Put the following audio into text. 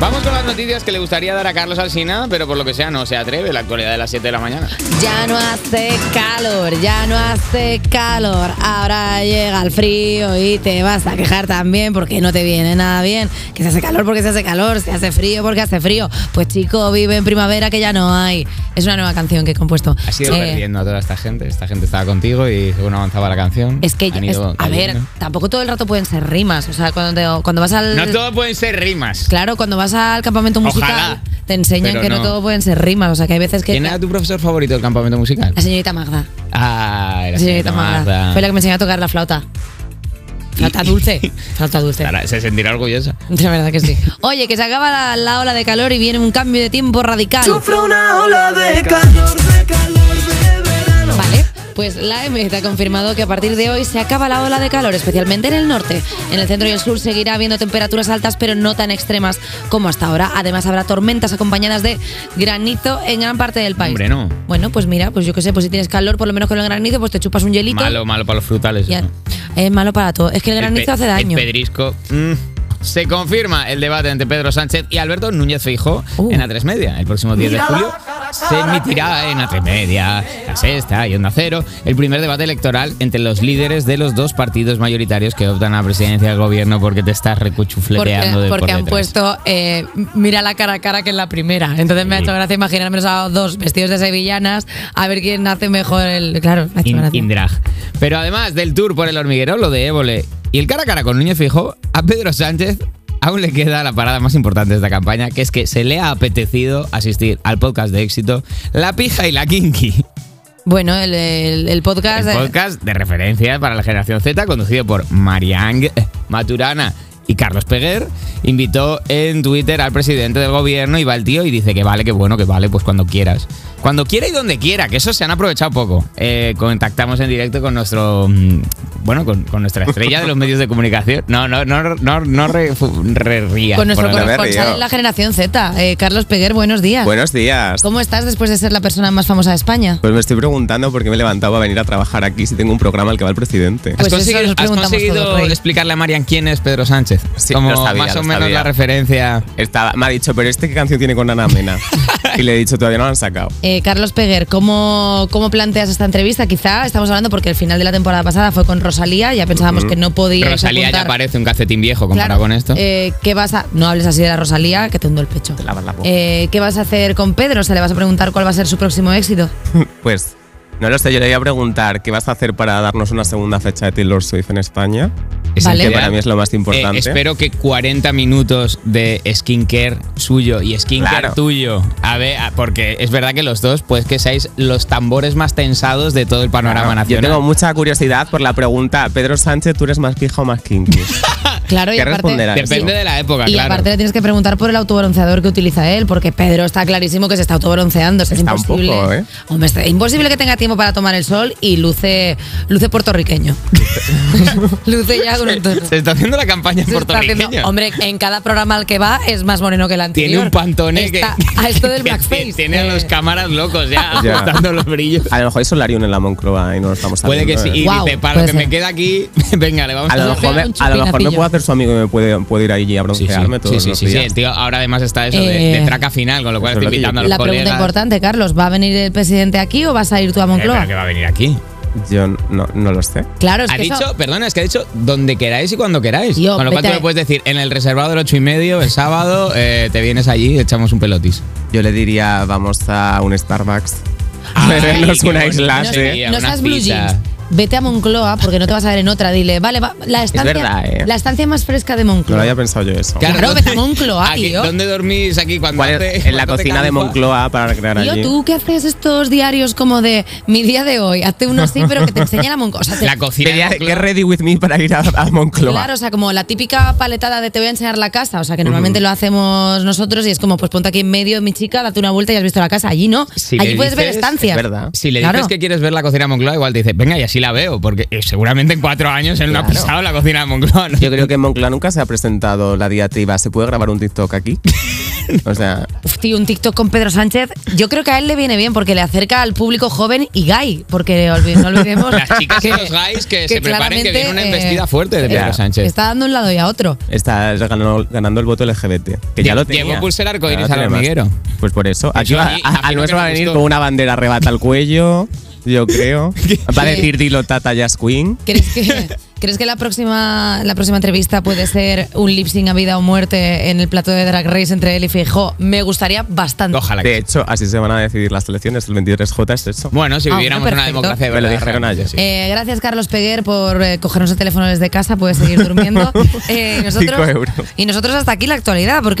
Vamos con las noticias que le gustaría dar a Carlos Alsina, pero por lo que sea no se atreve. La actualidad de las 7 de la mañana. Ya no hace calor, ya no hace calor. Ahora llega el frío y te vas a quejar también porque no te viene nada bien. Que se hace calor porque se hace calor, se hace frío porque hace frío. Pues chico, vive en primavera que ya no hay. Es una nueva canción que he compuesto. Has ido Eh, perdiendo a toda esta gente. Esta gente estaba contigo y según avanzaba la canción. Es que, han es- ido a ver, cayendo. tampoco todo el rato pueden ser rimas. O sea, cuando, te- cuando vas al... No todo pueden ser rimas. Claro, cuando vas al campamento musical Ojalá, te enseñan pero que no. no. todo pueden ser rimas. O sea, que hay veces que... ¿Quién era tu profesor favorito del campamento musical? La señorita Magda. Ah, La era señorita Magda. Fue la que me enseñó a tocar la flauta. Flauta dulce. Flauta dulce. Ahora Se sentirá orgullosa. De verdad que sí. Oye, que se acaba la, la ola de calor y viene un cambio de tiempo radical. Sufro una ola de calor, de calor, de verano. Vale. Pues la M te ha confirmado que a partir de hoy se acaba la ola de calor, especialmente en el norte. En el centro y el sur seguirá habiendo temperaturas altas, pero no tan extremas como hasta ahora. Además, habrá tormentas acompañadas de granizo en gran parte del país. Hombre, no. Bueno, pues mira, pues yo qué sé, pues si tienes calor, por lo menos con el granizo, pues te chupas un hielito. Malo, malo para los frutales. Ya. eso. Es malo para todo. Es que el granizo El pe- hace daño. El pedrisco. Mm. Se confirma el debate entre Pedro Sánchez y Alberto Núñez Feijó Uh. en A3 Media. El próximo 10 de julio se emitirá en A3 Media, La Sexta y Onda Cero el primer debate electoral entre los líderes de los dos partidos mayoritarios que optan a la presidencia del gobierno porque te estás Porque, recuchufleteando de porque por han detrás. puesto eh, mira la cara a cara que es la primera. Entonces me ha Sí. hecho gracia imaginarme a los dos vestidos de sevillanas a ver quién hace mejor el. Claro, me ha hecho In- gracia. Indrag. Pero además del tour por el hormiguero, lo de Évole y el cara a cara con Núñez Fijo, a Pedro Sánchez aún le queda la parada más importante de esta campaña, que es que se le ha apetecido asistir al podcast de éxito La Pija y la Kinky. Bueno, el, el- el El podcast. eh, podcast de referencia para la generación Z, conducido por Mariang Maturana y Carlos Peguer, invitó en Twitter al presidente del gobierno y va el tío y dice que vale, que bueno, que vale, pues cuando quieras. Cuando quiera y donde quiera, que eso se han aprovechado poco. Eh, contactamos en directo con nuestro. mm, Bueno, con, con nuestra estrella de los medios de comunicación. No, no, no, no, no re, fu- re ría. con nuestro Por ahora. haber corresponsal reído. en la generación Z, eh, Carlos Peguer, buenos días. Buenos días. ¿Cómo estás después de ser la persona más famosa de España? Pues me estoy preguntando por qué me he levantado para venir a trabajar aquí si tengo un programa al que va el presidente. Pues ¿Has eso conseguido, nos has preguntamos conseguido todos, Rey. explicarle a Marian quién es Pedro Sánchez? Sí, Como lo sabía, más o lo menos sabía. la referencia. Estaba, me ha dicho, pero este qué canción tiene con Ana Mena. y le he dicho, todavía no la han sacado. Eh, Carlos Peguer, ¿cómo, ¿cómo planteas esta entrevista? Quizá estamos hablando porque el final de la temporada pasada fue con Rosalía, ya pensábamos que no podía. Rosalía ya parece un calcetín viejo comparado Claro, con esto. eh, ¿Qué vas a.? No hables así de la Rosalía, que te hundo el pecho. Te lavas la boca. Eh, ¿Qué vas a hacer con Pedro? ¿Se le vas a preguntar cuál va a ser su próximo éxito? Pues no lo sé, yo le voy a preguntar qué vas a hacer para darnos una segunda fecha de Taylor Swift en España. Esa vale. Que entidad, para mí es lo más importante. eh, espero que 40 minutos de skincare suyo y skincare Claro. tuyo. A ver, a- porque es verdad que los dos, pues que seáis los tambores más tensados de todo el panorama Claro, Ah, yo nacional. tengo mucha curiosidad por la pregunta, Pedro Sánchez, ¿tú eres más pija o más kinky? Claro, y ¿Qué aparte. responderá? Depende Sí. de la época, Y claro. aparte le tienes que preguntar por el autobronceador que utiliza él, porque Pedro está clarísimo que se está autobronceando. o sea, es Está un imposible. poco, ¿eh? Hombre, es imposible que tenga tiempo para tomar el sol y luce, luce puertorriqueño. luce ya con un tono. Se está haciendo la campaña en Se está haciendo- puertorriqueño. hombre, en cada programa al que va es más moreno que el anterior. tiene un pantone que, Está- A esto del que blackface. Tiene a eh. los cámaras locos ya, Ya. ajustando los brillos. A lo mejor hay solarium en la Moncloa y no lo estamos Puede sabiendo. que sí. ¿eh? Y Wow, dice, para lo puede que me ser. queda aquí, venga, le vamos A lo, Nos mejor pega me, un a lo mejor me chupinacillo. puede hacer su amigo y me puede, puede ir allí a Sí, sí. broncearme sí, todos sí, los sí, sí, días. el tío ahora además está eso Eh, de, de traca final, con lo cual Eso es estoy lo que invitando a los La pregunta colegas. importante, Carlos, ¿va a venir el presidente aquí o vas a ir tú a Eh, pero Moncloa? que va a venir aquí. Yo no, no lo sé. claro, es Ha que eso- dicho, perdona, es que ha dicho donde queráis y cuando queráis. Tío, con lo cual vete tú a- me puedes decir, en el reservado del ocho y medio, el sábado, eh, te vienes allí y echamos un pelotis. Yo le diría, vamos a un Starbucks. Ay, A vernos qué una bonito clase. sería. no una seas blue cita. jeans. Vete a Moncloa porque no te vas a ver en otra. Dile, vale, va- la estancia, verdad, eh. la estancia más fresca de No lo Moncloa. había pensado yo eso. Claro, ¿dónde- vete a Moncloa, aquí, tío. ¿Dónde dormís aquí cuando ¿Cuál hace- es? En la cuando te cocina de calfa? Moncloa para recrear Tío, allí. tú que haces estos diarios como de mi día de hoy, hazte uno así, pero que te enseñe la Moncloa. O sea, te- La cocina de Sería Moncloa. get ready with me para ir a, a Moncloa. Claro, o sea, como la típica paletada de te voy a enseñar la casa, o sea, que normalmente lo hacemos nosotros y es como, pues ponte aquí en medio, mi chica, date una vuelta y has visto la casa. Allí no, Si allí le puedes ver dices, estancias. es verdad. Si le Claro. dices que quieres ver la cocina de Moncloa, igual te dice, venga, y así la veo, porque eh, seguramente en cuatro años él no ha Claro. pisado la cocina de Moncloa. ¿no? Yo creo que en Moncloa nunca se ha presentado la diatriba. ¿Se puede grabar un TikTok aquí? O sea, Uf, tío, un TikTok con Pedro Sánchez. Yo creo que a él le viene bien porque le acerca al público joven y gay. Porque olvi- no olvidemos. Las chicas y los guys que se preparen, que claramente, viene una eh, embestida fuerte de Pedro ya. Sánchez. Está dando un lado y a otro. está ganando, ganando el voto LGBT. Que ya Lle- lo tenía. llevó pulsera arcoíris Ya lo al tiene más. hormiguero. Pues por eso. Aquí Eso va- a mí- a- a mí lo al que nuestro me va a venir gustó- con una bandera arrebata al cuello, yo creo. va a decir dilo tata jazz queen. ¿Crees que, ¿crees que la, próxima, la próxima entrevista puede ser un lip sync a vida o muerte en el plato de Drag Race entre él y Feijóo? Me gustaría bastante. Ojalá. De Que... hecho, así se van a decidir las elecciones. El 23J es eso. Bueno, si Ah, viviéramos bueno, una perfecto. democracia de Me lo verdad, dijeron realmente, ayer. sí. Eh, gracias, Carlos Peguer, por eh, cogernos el teléfono desde casa. Puedes seguir durmiendo. Eh, y, nosotros, Cinco euros. y nosotros hasta aquí la actualidad, porque